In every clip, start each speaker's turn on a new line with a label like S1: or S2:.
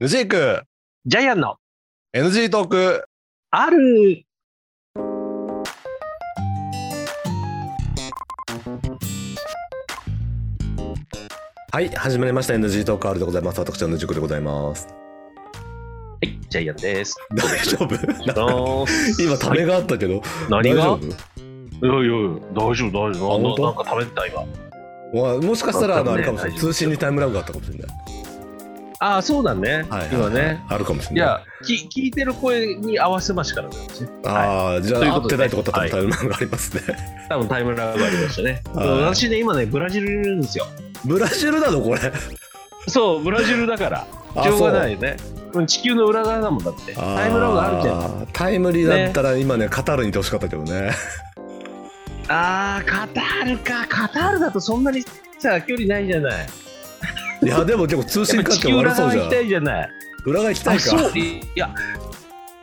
S1: ヌジーク
S2: ジャイアンの
S1: NG トーク
S2: ある
S1: はい始まりました NG トーク R でございます私はヌジークでございます
S2: はい、ジャイアン です。
S1: 大丈夫
S2: どう
S1: 今ためがあったけど
S2: 何
S1: 大
S2: がいやいや
S1: 丈、
S2: 大丈夫、大丈
S1: あ本
S2: 夫。
S1: 当
S2: ななんか食べてた、今。
S1: 夫わもしかしたらあのあれかもしれない
S2: 大丈
S1: 通
S2: 夫
S1: 信にタイムラグがあったかもしれない
S2: ああ、そうだね。
S1: はい
S2: 今ね。
S1: あるかもしれ
S2: い
S1: ない
S2: や、き聞いてる声に合わせましたからね。
S1: ああじゃあ
S2: という
S1: 合
S2: こ
S1: っ
S2: と
S1: て
S2: で
S1: ないってことは多
S2: は
S1: 分
S2: い
S1: タイムラグがありますね
S2: 多分タイムラグがありましたね。
S1: はい
S2: うん私ね、今ね、ブラジルにいるんですよ。
S1: ブラジルなのこれ
S2: そう、ブラジルだから。
S1: あ
S2: しょうがな
S1: そう
S2: いね。うん地球の裏側だもんだって。 タイムラグがあるじゃん。
S1: んタイムリーだったら今ねカタールにいてほしかったけどね
S2: あー、カタールか。カタールだとそんなにさ、距離ないじゃない。
S1: いやでも結構通
S2: や
S1: 信
S2: っぱ
S1: 環
S2: 地球
S1: 境
S2: 裏
S1: 悪そう
S2: 側
S1: じ
S2: 行
S1: ゃん
S2: きたいじゃない。
S1: 裏側行きたい
S2: あ
S1: か
S2: そういや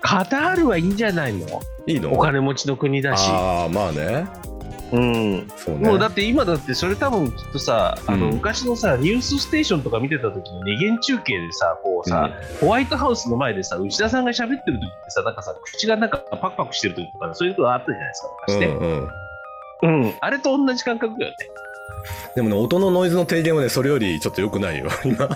S2: カタールはいいんじゃないの
S1: いいの
S2: お金持ちの国だし、
S1: ああまあね
S2: うん、
S1: そうね
S2: もうだって今だってそれ多分きっとさ、あの
S1: うん
S2: 昔のさニュースステーションとか見てた時の二元中継でさこうさ、ホワイトハウスの前でさ内田さんが喋ってる時ってさなんかさ口がなんかパクパクしてる時とかそういうことがあったじゃないですか
S1: う
S2: 昔
S1: ん
S2: ね、
S1: うん
S2: うんあれと同じ感覚だよね
S1: でもね音のノイズの低減はねそれよりちょっと良くないよ 今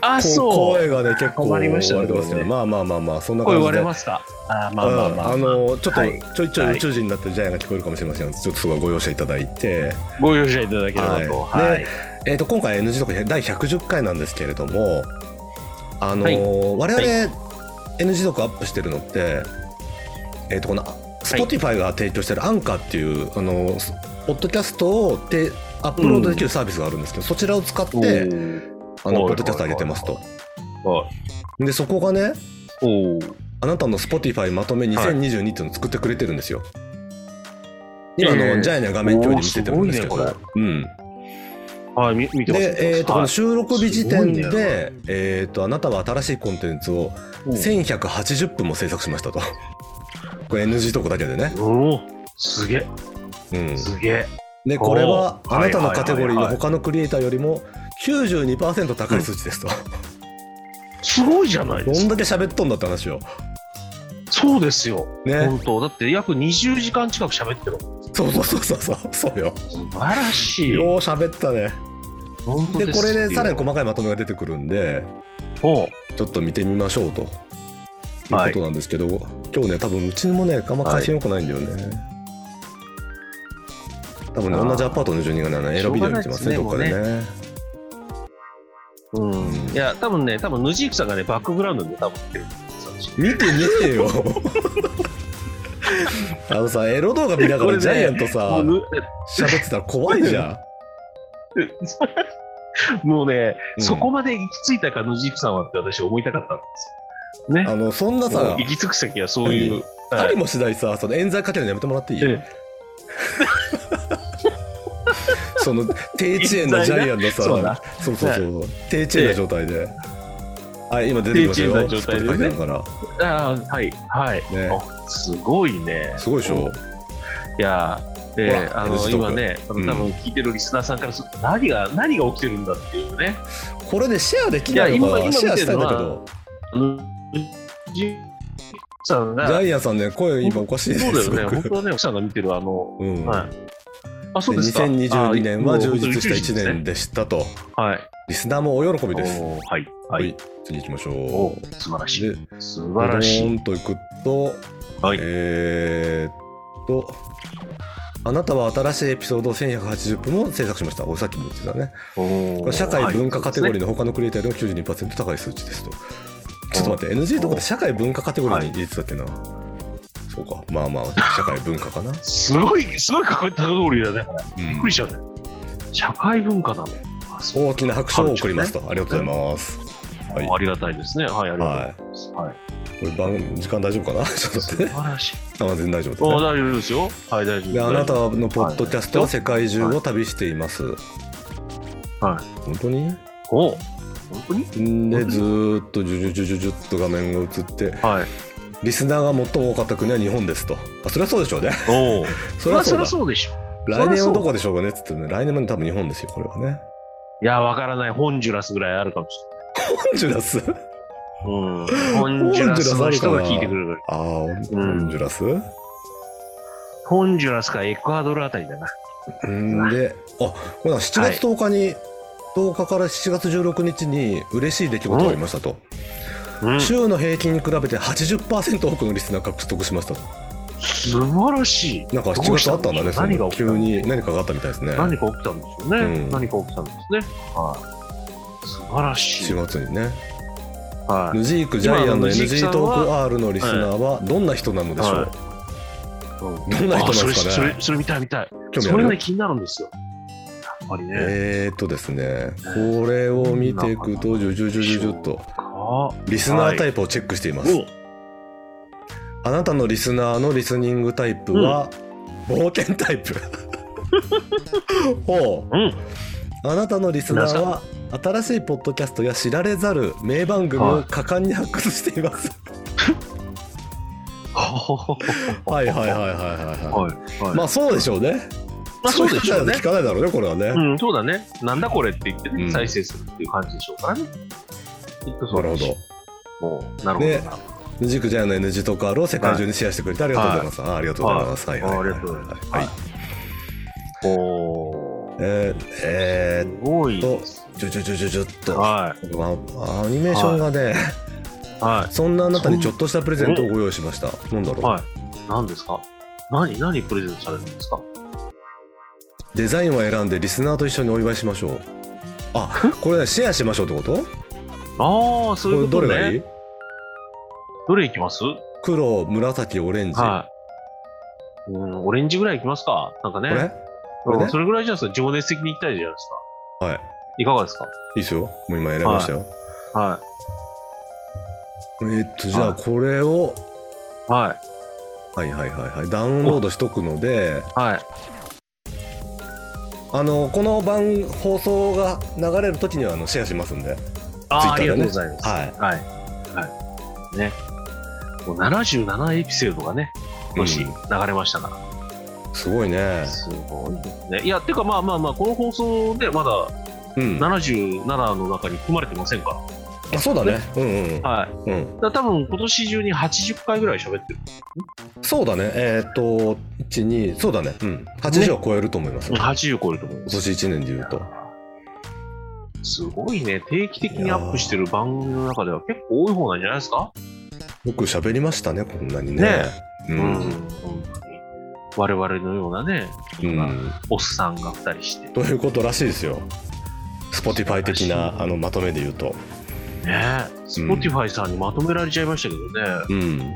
S2: あ
S1: こ
S2: そう
S1: 声がね結構
S2: 困りましたね
S1: 割れてます
S2: これ
S1: ね
S2: ね
S1: まあまあまあまあそんな
S2: 声
S1: 感じ
S2: 割
S1: で
S2: れますかあーまあまあまあ、
S1: うんあのちょっと、
S2: はい
S1: ちょいちょい
S2: はい
S1: 宇宙人になってるジャイアンが聞こえるかもしれませんのでちょっとそこはご容赦いただいて、
S2: ご容赦いただければと
S1: はい
S2: はい
S1: でえー、と今回 NG とか第110回なんですけれどもあのー
S2: はい
S1: 我々、
S2: は
S1: NG とかアップしてるのって、えー、とこの Spotify が提供してるアンカーっていう、あのースポッドキャストをてアップロードできるサービスがあるんですけど、そちらを使って、
S2: で
S1: あの
S2: は
S1: ポッ
S2: い
S1: ドキャスト上げてますと。
S2: お
S1: でそこがね
S2: お
S1: あなたの Spotify まとめ2022っていうのを作ってくれてるんですよ。今あの、
S2: ええ
S1: ジャイアンには画面共有で見せてるんですけど
S2: おーす
S1: うん、
S2: はいみ見てます見てま
S1: で、
S2: す
S1: えー、とこ
S2: は
S1: の
S2: い
S1: 収録日時点
S2: すごいね
S1: で、えー、とあなたは新しいコンテンツを1180分も制作しましたと。 これ NG とこだけでね、
S2: おおすげえ
S1: うん、
S2: すげえ
S1: でこれは
S2: おー
S1: あなたのカテゴリーの
S2: はいはいはいはい
S1: 他のクリエイターよりも92%高い数値ですと、
S2: すごいじゃないで
S1: どん
S2: す
S1: だ
S2: か
S1: け喋っとんだって話よ、
S2: そうですよ、
S1: ね、
S2: 本当だって約20時間近く喋ってる
S1: そうそうそうそうそうそうよ
S2: 素晴らしい
S1: よ
S2: よ
S1: う喋ったね
S2: 本当
S1: で
S2: です
S1: こ
S2: よ
S1: れでさらに細かいまとめが出てくるんで
S2: おう
S1: ちょっと見てみましょうと。いう
S2: は
S1: こ
S2: い
S1: となんですけど、今日ね、多分うちもね、あんま会心良くないんだよね。多分ね、
S2: あー
S1: 同じアパートの住人がね、エロビデオに来てますね、
S2: しょ
S1: ど
S2: う
S1: っか
S2: がない
S1: で
S2: です
S1: ね。
S2: うんいや多分ね多分ヌジークさんがねバックグラウンドで多分見てる
S1: 見てねえ よ。あのさ、エロ動画見なが
S2: こ
S1: ら
S2: れね
S1: ジャイアンとさ、
S2: もう
S1: 喋ってたら怖いじゃん。
S2: ぬ もうね、
S1: うん
S2: そこまで行き着いたかヌジークさんはって私思いたかったんですよね
S1: あの、そんな
S2: も
S1: さ
S2: う行、き着く先はそういう、
S1: ありもしないさ、その冤罪かけるのやめてもらっていい
S2: え
S1: その、低遅延のジャイアンのさ、
S2: 冤罪な
S1: そうそうそう、低遅延な状態で。はい、今出てきましたよ。
S2: 低遅延な状態でね
S1: Spotify だから。
S2: えあーはいはい、
S1: ね
S2: あすごいね
S1: すごいでしょ。
S2: いやーで
S1: ほら
S2: あ
S1: NG トー
S2: の
S1: ク
S2: 今ね、多
S1: うん
S2: 分聞いてるリスナーさんからすると、何が、何が起きてるんだっていうね、
S1: これでシェアできないのか
S2: い
S1: な
S2: や今今
S1: シェアしたいんだけ
S2: 見てるの
S1: ど
S2: あのじさん
S1: ジ
S2: が、
S1: ャイアンさんね声今おかしい
S2: そう
S1: です
S2: だよ
S1: す
S2: ね、
S1: ごく
S2: 本当はね、奥さんが見てる、あの、
S1: うん
S2: はい。あ、そうですか。
S1: 2022年は
S2: あ
S1: 充実した1。
S2: もう本当に
S1: 年でしたと
S2: はい。
S1: リスナーもお喜びです
S2: おーはい。
S1: は
S2: はい。
S1: い次行きましょう
S2: おー素晴らし
S1: で
S2: い。素
S1: ド
S2: 晴ら
S1: ー
S2: しい。
S1: ンといくと
S2: はい。
S1: えーっとあなたは新しいエピソードを1180分も制作しました。これさっきも言ってたね。こ
S2: おー
S1: れ社会文化カテゴリー
S2: はい
S1: の他のクリエイターよりも92%高い数値ですと。ちょっと待って、NG とこで社会文化カテゴリーに入れてたっけな。そうか。まあまあ、社会文化 かな。
S2: すごい、すごいカテゴリーだね。
S1: うん
S2: びっくりしちゃうね。社会文化だね。あそう
S1: 大きな拍手を送りますと、ありがとうございます。はい、
S2: ありがたいですね。はい、ありがとうござい
S1: は
S2: ます。はい。
S1: い、これ番時間大丈夫かな、 ちょっと待
S2: 素
S1: って
S2: 晴
S1: ね、
S2: らしい。
S1: あ全然大丈夫
S2: あ
S1: です、ね。
S2: 大丈夫ですよ。はい、大丈夫
S1: で、あなた
S2: は、
S1: のポッドキャストは世界中を旅しています。
S2: は
S1: 本当に。
S2: お本当に
S1: で、ずーっとじゅじゅじゅじゅじゅっと画面が映って、
S2: はい。
S1: リスナーが最も多かった国は日本ですと。あ、それはそうでしょうね。
S2: おお。
S1: そ
S2: そ
S1: れ
S2: り
S1: は
S2: ゃ
S1: そ
S2: そう
S1: だ
S2: りゃ。そうでしょ。
S1: 来年はどこでしょうかねっつってね、来年も多分日本ですよ、これはね。
S2: いや、わからない。ホンジュラスぐらいあるかもし
S1: ホンジュラス
S2: うん。ホンジュラスの人が聞いてくれるか
S1: あ
S2: ら。
S1: あ、ホンホンジュラス、
S2: ホンジュラスかエクアドルあたりだな。
S1: うん、で、あこれは7月10日に、10日から7月16日に嬉しい出来事がありましたと、
S2: うん。素
S1: 週の平均に比べて80%多くのリスナーが獲得しましたと
S2: 晴らしい。
S1: なんか7月あったんだねその
S2: 何が起きた
S1: 急に何かがあったみたいですね
S2: 何か起きたんですよね。
S1: うん
S2: 何か起きたんですね。はい。素晴らしい
S1: 4。月にね
S2: はい。
S1: ヌジークジャイアンの
S2: 今あのヌジーク
S1: NG
S2: さんは
S1: トーク R のリスナーはどんな人なのでしょう、
S2: は
S1: どんな人なんですかね
S2: あそれそれそれ見たい見たい。
S1: 興味
S2: それ
S1: あ
S2: が
S1: る
S2: ね気になるんですよ。やっぱりね。
S1: えー、っとですねこれを見ていくとじゅじゅじゅじゅじゅっと
S2: あ
S1: リスナータイプをチェックしています、あなたのリスナーのリスニングタイプは、冒険タイ プほ
S2: うん。
S1: うあなたのリスナーは新しいポッドキャストや知られざる名番組を果敢に発掘しています、 はい、はいはいはいはいはい、
S2: はい。はい。
S1: まあそうでしょうね
S2: まあそうでしょうね
S1: 聞。かないだろうねこれはね、な
S2: うん、そうだね。なんだこれって言って
S1: う
S2: ね、
S1: ん
S2: 再生するっていう感じでしょうからね。きっとそう
S1: るほど
S2: ど。もう、なるほど
S1: ねヌジークジャイアンの NG トーク R を世界中にシェアしてくれてありがとうございます、あありがとうございます、はい、はいはい
S2: ありがとうございます
S1: はい、
S2: な。おー。
S1: えー、え
S2: すごいです。
S1: ー、ちょちょちょちょちょっと、
S2: は
S1: まあ、アニメーションがね、
S2: い。は
S1: そんなあなたにちょっとしたプレゼントをご用意しました。なんだろ
S2: い。
S1: う、
S2: はい。何ですか何、何プレゼントされるんですか
S1: デザインを選んでリスナーと一緒にお祝いしましょう。あ、これ、ね、シェアしましょうってこと？こ
S2: ああ、そうい
S1: れ
S2: う
S1: ど
S2: こと
S1: れ
S2: ね。
S1: がいい？
S2: どれいきます
S1: 黒、紫、オレンジ。
S2: はい。うん、オレンジぐらいいきますかなん
S1: こ
S2: かね。
S1: れ？これ
S2: う
S1: ね
S2: んそれぐらいじゃないですか。情熱的にいきたいじゃないです
S1: はい。
S2: か。いかがですか
S1: いいですよ。もう今選びましたよ。
S2: は
S1: えーっとじゃあ
S2: は
S1: これを、
S2: い。はい。
S1: はいはいはいはい、ダウンロードしとくので、
S2: はい。
S1: あのこの番放送が流れる時にはあのシェアしますんで。
S2: あーあ
S1: Twitter
S2: り
S1: でね
S2: がとうございます。
S1: はい。
S2: はい。はい。ね。もう77エピソードがね、今年
S1: う
S2: 流
S1: ん
S2: れましたから。
S1: すごいね。
S2: すごいですね。いや、てかまあまあまあ、この放送でまだ
S1: うん。あ
S2: 77の中に含まれてませんか
S1: そうだね。うんうん
S2: ら。はい。だか
S1: うん。
S2: ら多分今年中に80回ぐらい喋ってる。
S1: そうだね、えーっと、1、2、そうだね、うん、80は超えると思います、今
S2: 80超えると思います。
S1: 年1年で言うと。
S2: すごいね。定期的にアップしてる番組の中では結構多い方なんじゃないですか
S1: よく喋りましたね、こんなにね。
S2: ね
S1: う
S2: うん本当に。我々のようなね、
S1: うん
S2: おっさんが2人して。
S1: ということらしいですよ、Spotify 的
S2: 素晴らし
S1: ないあのまとめで言うと。
S2: ねえ、Spotify さんにまとめられちゃいましたけどね、
S1: うん、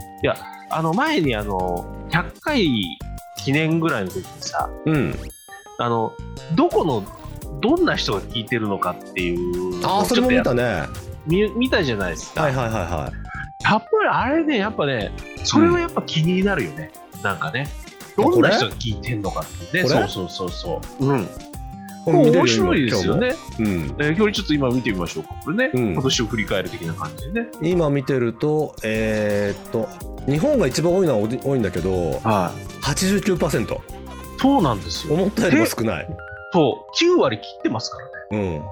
S2: あの前にあの100回記念ぐらいの時にさ、
S1: うん、
S2: あのどこのどんな人が聞いてるのかっていうの
S1: あ
S2: を
S1: あ、それも見
S2: ちょ
S1: た
S2: っと
S1: ね。
S2: や見見たじゃないですか、
S1: はいはいはいはい。
S2: やっぱりあれね、やっぱね、それはやっぱ気になるよね、なんかね、どんな人が聞いてるのかって、ね、
S1: これ
S2: そうそうそうそう、うん、
S1: これ見れるよ
S2: 面白いですよ。ね、
S1: 今日も
S2: えー今日ちょっと今見てみましょうか、これね、
S1: うん
S2: 今年を振り返る的な感じでね。
S1: うん、今見てると、えーっと、日本が一番多いのはおじ多いんだけど、
S2: はい、
S1: 89%、
S2: そうなんですよ。
S1: 思ったよりも少ない。
S2: そう、9割切ってますからね。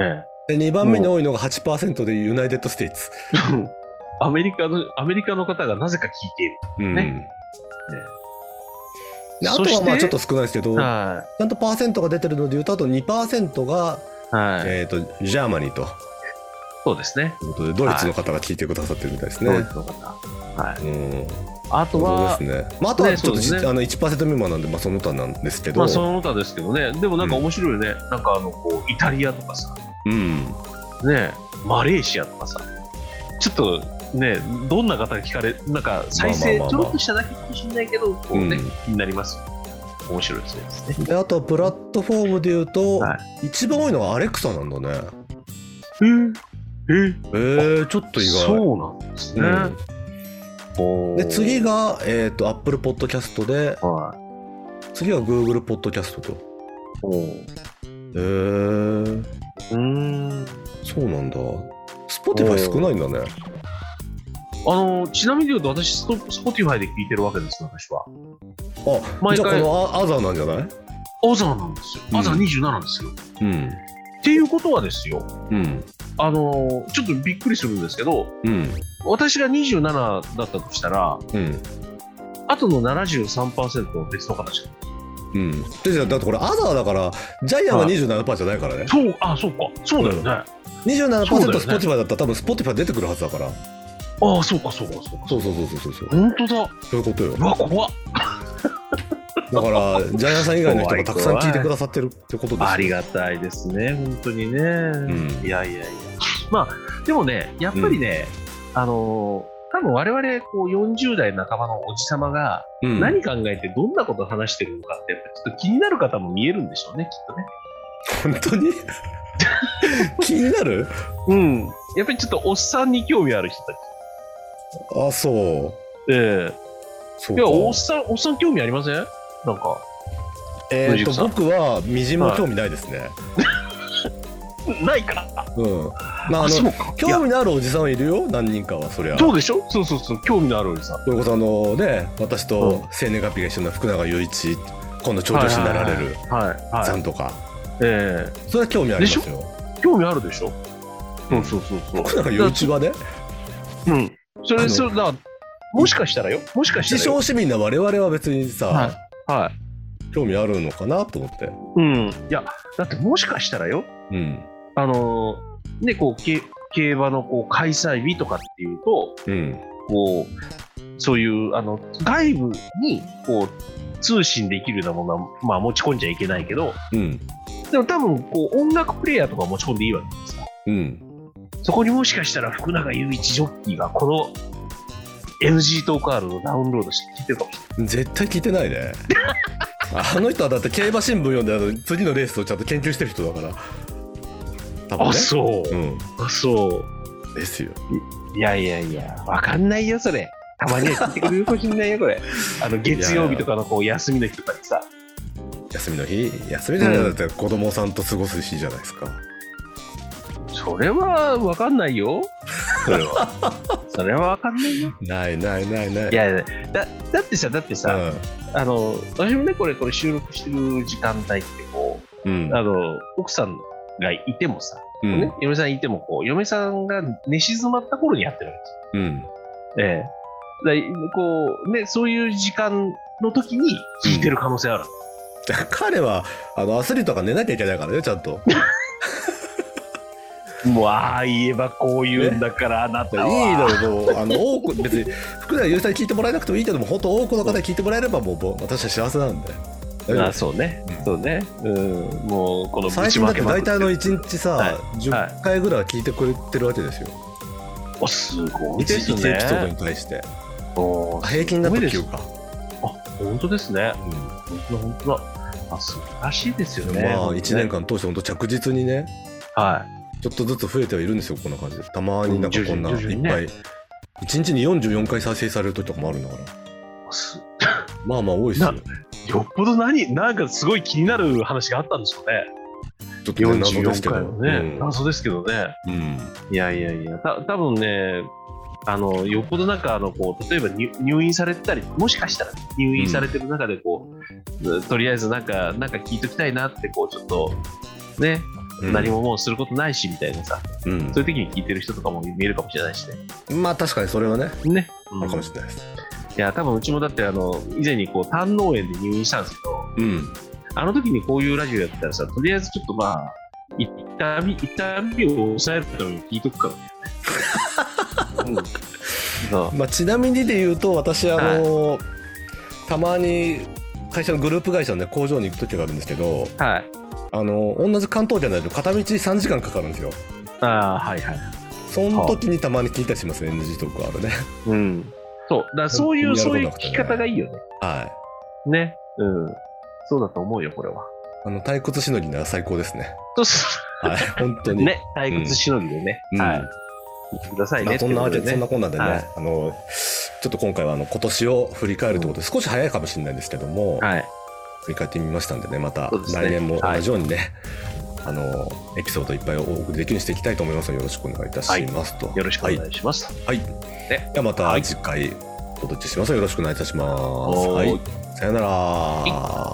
S1: うん、
S2: え
S1: で2番目に多いのが8%でユナイテッド・ステイツ。
S2: え、 アメリカのアメリカの方がなぜか聞いている。
S1: うん
S2: ね
S1: であと
S2: そし
S1: は
S2: て
S1: まあちょっと少ないですけど、ちゃ
S2: は
S1: んとパーセントが出てるので言うと、あと2%が、
S2: い、はい
S1: えー、とジャーマニーと
S2: そうですね。
S1: いうことで、ドイツの方が聞いてくださってるみたいですね。
S2: ドイツの方。はい。
S1: うん、
S2: あと
S1: そう
S2: は、
S1: ですね。まあ、あとは
S2: ね
S1: ちょっと、
S2: そうですね
S1: あの1%未満なんで、まあ、その他なんですけど、
S2: まあその他ですけどね、でもなんか面白いよね。なんかあのこうイタリアとかさ、
S1: うん、
S2: ね、マレーシアとかさ、ちょっとね、どんな方が聞かれ、なんか再生ち
S1: まあまあまあまあ
S2: ょろっとしただけかもしれないけど、こうね、
S1: うん
S2: 気になります。面白いですね。
S1: であとはプラットフォームで言うと、
S2: は
S1: 一番多いのはアレクサなんだね。え
S2: ええ
S1: ー、ちょっと意外。
S2: そうなんですね。
S1: うんで次が、えー、と Apple Podcast で
S2: はい。
S1: 次が Google Podcast と。えー、
S2: うーん
S1: そうなんだ。Spotify 少ないんだね。
S2: あのちなみに言うと私スト Spotify で聞いてるわけですよ私は
S1: あ、
S2: 毎
S1: じゃあ
S2: 回
S1: このアアザーなんじゃない
S2: アザーなんですよ
S1: うん
S2: アザー27ですよ、
S1: うん。
S2: っていうことはですよ、
S1: うん
S2: あのーちょっとびっくりするんですけど、
S1: うん
S2: 私が27だったとしたら、
S1: うん
S2: あとの73%は別の形だ
S1: うんでじゃあだってこれアザーだからジャイアンは27%じゃないからね
S2: そう、あ、そうか、そうだよね。
S1: 27%
S2: そうだよね
S1: スポティファイだったら多分スポティファイ出てくるはずだから
S2: あそうか、そうか、そうか。
S1: そうそうそうそうそう
S2: 本当だ。
S1: そういうことよ
S2: うわ、怖っ。
S1: だからジャイアンさん以外の人がたくさん聞いてくださってるってことですよ
S2: ありがたいですね、本当にね。
S1: ん
S2: いやいやいや。まあ、でもね、やっぱりね、あのー、多分我々こう40代半ばのおじ様が
S1: うん
S2: 何考えてどんなことを話してるのかってやっぱちょっと気になる方も見えるんでしょうねきっとね。
S1: 本当 に気になる
S2: うん。やっぱりちょっとおっさんに興味ある人たち。
S1: あそう
S2: え
S1: そ
S2: え
S1: うか
S2: いやおっさんおっさん興味ありません？なんか
S1: えー、
S2: 藤
S1: と
S2: 井さん
S1: 僕はみじんも興味ないですね、
S2: ないか。
S1: うんまああ
S2: そ
S1: の
S2: うか。いや
S1: 興味のあるおじさんはいるよ何人かはそりゃ
S2: そうでしょ？そうそうそう興味のあるおじさん。
S1: それこそあのね私
S2: うん
S1: と生年月日が一緒の福永雄一今度調教師になられる
S2: はいはい
S1: さ
S2: はい。
S1: んとか、
S2: え
S1: それは興味ありますよ
S2: え興味あるでしょ？そうそうそうそう。
S1: 福永雄一はね
S2: うん。そ
S1: あ
S2: れ
S1: の
S2: それだもしかしたらよ。もしかし
S1: 自
S2: たらよ。
S1: 称市民な我々は別にさ、
S2: はいはい。
S1: 興味あるのかなと思って
S2: うん。いやだってもしかしたらよ。
S1: うん
S2: あのーねこうけ競馬のこう開催日とかっていうと。
S1: うん
S2: こう、そういう、あの、外部に、こう、通信できるようなものは、まあ、持ち込んじゃいけないけど、
S1: うん
S2: でも多分、こう、音楽プレイヤーとか持ち込んでいいわけですよ。
S1: うん
S2: そこにもしかしたら、福永祐一ジョッキーが、この NG トーク R をダウンロードして聞いてるかもし
S1: 絶対聞いてないねあの人はだって競馬新聞読んであの次のレースをちゃんと研究してる人だから多
S2: れない。
S1: 分
S2: あ、
S1: ね
S2: そうう。
S1: ん
S2: あ、そ
S1: ですよ
S2: う。いやいやいや、わかんないよ、それ。たまには聞いてくれるかもしんないよ、これ。あの、月曜日とかの、こう、休みの日とかにさ。
S1: 休みの日休みじゃない
S2: うん
S1: だって子供さんと過ごす日じゃないですか、
S2: それは、わかんないよ。それは。 それはわかんないよ。
S1: ないないないない
S2: いやいやだだってさだってさ、あの私もねこれこれ収録してる時間帯ってこ
S1: うん
S2: うあの奥さんがいてもさ、
S1: うんうん
S2: ね、嫁さんいてもこう嫁さんが寝静まった頃にやってるわけ
S1: うん
S2: ですよ、ええ、だこうねそういう時間の時に聞いてる可能性ある、
S1: 彼はあのアスリートが寝なきゃいけないからねちゃん と
S2: もうああ言えばこう言うんだから、あなた
S1: いい
S2: は
S1: のよもうあの多く別に福永優さんに聞いてもらえなくてもいいけども本当多くの方に聞いてもらえればもうもう私は幸せなんで大丈夫
S2: あそうねそうねうんもうこの
S1: 最
S2: ぶち
S1: 近だ
S2: ま
S1: っ
S2: け
S1: て
S2: まく
S1: 大
S2: ってる
S1: 体の1日さ、
S2: はい
S1: 10回ぐらいは聞いてくれてるわけですよ、
S2: おすごい
S1: 一
S2: です
S1: 1エ
S2: ね
S1: ピソードに対して
S2: おー
S1: あ平均だと
S2: すごいです
S1: 9か、
S2: あ本当ですね
S1: うん
S2: 本当だ本当だあ素晴らしいですよね。
S1: まあ1年
S2: 間。
S1: 間通して本当着実にね
S2: は
S1: ちょっとずつ増えてはいるんですよ、こんな感じで。たまになんか
S2: うん
S1: こんな、い
S2: 徐々
S1: っ
S2: にね
S1: ぱい。一日に44回再生される時とかもあるんだから。
S2: いす。
S1: まあまあ多いですよ。
S2: なよっぽど何なんかすごい気になる話があったんでしょうね。
S1: ちょっとね謎ですけど。
S2: 44回もね、謎ですけどね。
S1: うん。うん
S2: いやいやいや、た多分ね。あのよっぽどなんかあのこう例えば入入院されてたりもしかしたら入院されてる中でこう、とりあえずなんかなんか聞いときたいなってこうちょっとね、
S1: うん
S2: 何ももうすることないしみたいなさ
S1: うん
S2: そういう時に聞いてる人とかも見えるかもしれないしね。
S1: まあ確かにそれはね、
S2: ね、うん
S1: あるかもしれないです。
S2: いや多分うちもだってあの以前にこう胆嚢炎で入院したんですけど
S1: うん。
S2: あの時にこういうラジオやってたらさとりあえずちょっとまあ痛み痛みを抑えるために聞いと くから、うん、そう
S1: まあちなみにで言うと、私、あの、たまに会社のグループ会社のね、工場に行く時があるんですけど、
S2: はい
S1: あの、同じ関東じゃないと片道3時間かかるんですよ。
S2: ああはいはい
S1: その時にたまに聞いたりしますね、NG トークあるね。
S2: うんそうだからそういうそういう聞き方がいいよ
S1: はい。
S2: ねねうんそうだと思うよこれは
S1: あの、退屈しのぎなら最高ですね。
S2: そうす
S1: はい、本当に。
S2: ね退屈しのぎでね、
S1: うん
S2: はい
S1: うん
S2: 言ってください
S1: ま
S2: ね
S1: あ、そんなわけ
S2: って
S1: そんな
S2: こ
S1: こ
S2: と
S1: んなでね、
S2: はい
S1: あのちょっと今回はあの今年を振り返るということで、少し早いかもしれないんですけども、
S2: ではい
S1: 振り返ってみましたんでねまた
S2: そうですね
S1: 来年も同じようにね、あのエピソードいっぱいお送りできるようにしていきたいと思いますのでよろしくお願いいたしますと、
S2: よろしくお
S1: はい、
S2: 願いします、
S1: はいではまた
S2: はい
S1: 次回お届けしますよろしくお願いいたします、
S2: は
S1: はいい、さよなら、
S2: い